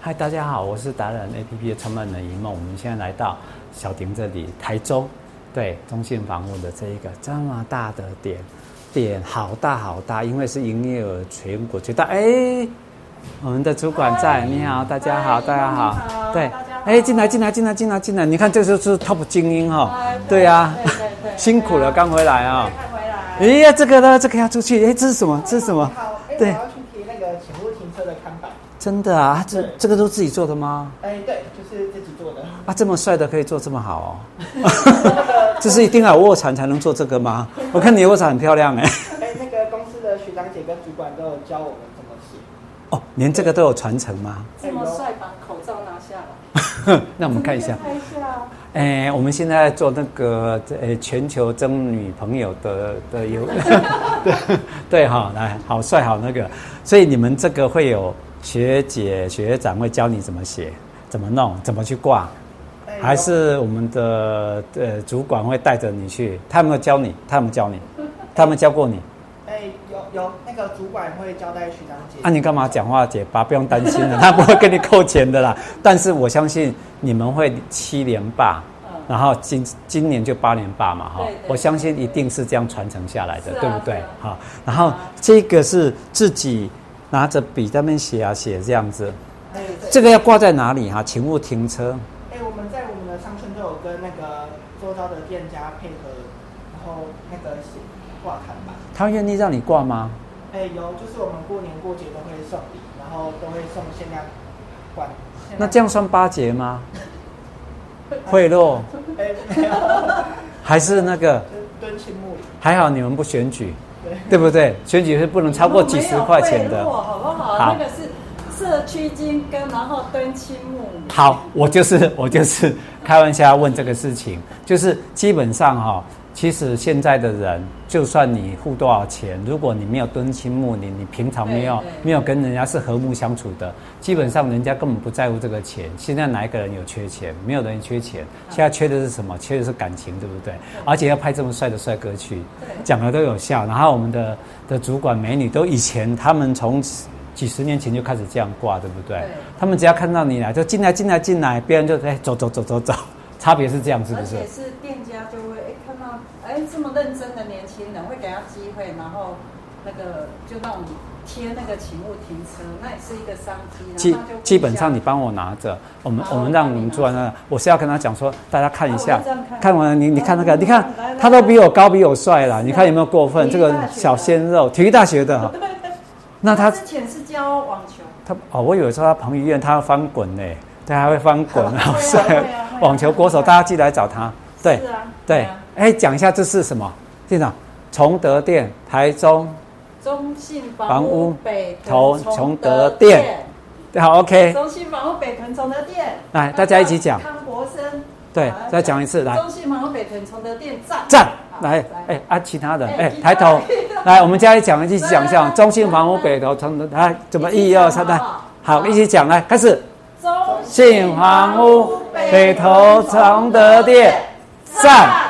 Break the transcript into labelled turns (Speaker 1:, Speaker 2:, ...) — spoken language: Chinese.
Speaker 1: 嗨，大家好，我是达人 APP 的创办人一梦。我们现在来到小亭这里，台中，对中信房屋的这一个这么大的点，点好大好大，因为是营业额全国最大。哎，我们的主管在，
Speaker 2: 嗨
Speaker 1: 你好，大家好，
Speaker 2: 嗨
Speaker 1: 大家好
Speaker 2: 你好，
Speaker 1: 对
Speaker 2: 大家好，
Speaker 1: 哎，进来，进来，进来，进来，进来，你看这就是 top 精英哦
Speaker 2: 嗨，
Speaker 1: 对呀
Speaker 2: 哎对对对，
Speaker 1: 辛苦了，刚回来啊。
Speaker 2: 快回来。
Speaker 1: 哎呀，这个呢，这个要出去，哎，这是什么？这是什么
Speaker 3: 你好，哎，我
Speaker 1: 对
Speaker 3: 要去贴那个请勿停车的看板。
Speaker 1: 真的啊，这
Speaker 3: 对
Speaker 1: 这个都自己做的吗？
Speaker 3: 哎，对，就是自己做 的。
Speaker 1: 啊，这么帅的可以做这么好
Speaker 3: 哎
Speaker 1: 哦？这是一定要有卧蚕才能做这个吗？我看你的卧蚕很漂亮哎。
Speaker 3: 哎，那个公司的学长姐跟主管都有教我们怎么写。
Speaker 1: 哦，连这个都有传承吗？
Speaker 2: 这么帅，把口罩拿下来。
Speaker 1: 那我们看一下，
Speaker 2: 看一下。
Speaker 1: 哎，我们现在做那个呃全球征女朋友的的游，对对哈、来，好帅好那个，所以你们这个会有学姐学长会教你怎么写，怎么弄，怎么去挂，
Speaker 3: 哎
Speaker 1: 还是我们的呃主管会带着你去？他有没有教你？他有没有教你？他们教过你？
Speaker 3: 哎，有有那个主管会交代学长姐。
Speaker 1: 啊，你干嘛讲话结巴？不用担心了， 他不会跟你扣钱的啦。但是我相信你们会七连霸，
Speaker 2: 嗯，
Speaker 1: 然后今今年就八连霸嘛，哈
Speaker 2: 对对，
Speaker 1: 我相信一定是这样传承下来的，
Speaker 2: 是啊
Speaker 1: 对不对
Speaker 2: 是啊？
Speaker 1: 好，然后
Speaker 2: 啊
Speaker 1: 这个是自己拿着笔在那边写啊写这样子，
Speaker 3: 哎，对。
Speaker 1: 这个要挂在哪里哈、请勿停车。
Speaker 3: 哎，我们在我们的商圈都有跟那个周遭的店家配合，然后那个写挂看板。
Speaker 1: 他愿意让你挂吗？
Speaker 3: 哎，有，就是我们过年过节都会送礼，然后都会送限量款。
Speaker 2: 啊
Speaker 3: 限量
Speaker 1: 那这样算巴结 吗？贿赂
Speaker 3: 哎，没有，
Speaker 1: 还是那个？
Speaker 3: 就是敦亲睦邻。
Speaker 1: 还好你们不选举，
Speaker 3: 对。
Speaker 1: 对不对？选举是不能超过几十块钱
Speaker 2: 没有贿
Speaker 1: 的
Speaker 2: 赂。好不好？
Speaker 1: 好
Speaker 2: 那个是社区金跟，然后敦亲睦邻。
Speaker 1: 好，我就是 我就是开玩笑要问这个事情，就是基本上哈、其实现在的人，就算你付多少钱，如果你没有敦亲睦邻，你平常没有
Speaker 2: 对对
Speaker 1: 没有跟人家是和睦相处的，基本上人家根本不在乎这个钱。现在哪一个人有缺钱？没有人缺钱，现在缺的是什么？缺的是感情，对不对？而且要派这么帅的帅哥去，
Speaker 2: 对
Speaker 1: 讲的都有效。然后我们的的主管美女都以前他们从几十年前就开始这样挂，对不对？
Speaker 2: 对
Speaker 1: 他们只要看到你来就进来进来进来，别人就哎走走走走走，差别是这样是不
Speaker 2: 而
Speaker 1: 是？
Speaker 2: 且是店家就会哎看到哎这么认真的年轻人，会给他机会，然后那个就让你贴那个请勿停车，那也是一个商机。
Speaker 1: 基
Speaker 2: 然后就互相
Speaker 1: 基本上你帮我拿着，我们
Speaker 2: 好
Speaker 1: 我们让我们主管那，我是要跟他讲说，大家看一
Speaker 2: 好
Speaker 1: 下
Speaker 2: 哦我就这样，看
Speaker 1: 看完了你你看那个，
Speaker 2: 来
Speaker 1: 你看
Speaker 2: 来来
Speaker 1: 他都比我高比我帅了，
Speaker 2: 是
Speaker 1: 你看有没有过分？这
Speaker 2: 体育
Speaker 1: 个
Speaker 2: 大学的
Speaker 1: 小鲜肉，体育大学 的，那他
Speaker 2: 之前是教网球，
Speaker 1: 他哦，我以为说他彭于晏，他要翻滚呢，他还会翻 滚，好帅
Speaker 2: 会啊会啊！
Speaker 1: 网球国手，大家记得来找他。对
Speaker 2: 是啊，
Speaker 1: 对
Speaker 2: 啊，
Speaker 1: 哎，讲一下这是什么？店长，崇德店，台中。
Speaker 2: 中信
Speaker 1: 房
Speaker 2: 房
Speaker 1: 屋
Speaker 2: 屋北
Speaker 1: 投
Speaker 2: 投
Speaker 1: 崇
Speaker 2: 崇
Speaker 1: 德
Speaker 2: 德
Speaker 1: 店
Speaker 2: 店，
Speaker 1: 好，OK，
Speaker 2: 中信房屋北屯崇德店，
Speaker 1: 哎来大家一起讲
Speaker 2: 康国生，
Speaker 1: 对
Speaker 2: 好，
Speaker 1: 再讲一次，来
Speaker 2: 中信房屋北屯崇德店站
Speaker 1: 站
Speaker 2: 好
Speaker 1: 来，哎啊，其他人
Speaker 2: 哎
Speaker 1: 哎
Speaker 2: 其他
Speaker 1: 抬
Speaker 2: 啊
Speaker 1: 头
Speaker 2: 人
Speaker 1: 来，我们家里讲一起讲一
Speaker 2: 来
Speaker 1: 下，
Speaker 2: 来来
Speaker 1: 中信房屋北投崇德，来怎么
Speaker 2: 啊一
Speaker 1: 一
Speaker 2: 起
Speaker 1: 二
Speaker 2: 讲
Speaker 1: 三
Speaker 2: 好
Speaker 1: 来
Speaker 2: 不好，
Speaker 1: 好
Speaker 2: 好
Speaker 1: 一起讲来开始，
Speaker 2: 中
Speaker 1: 信房屋北投崇德店站。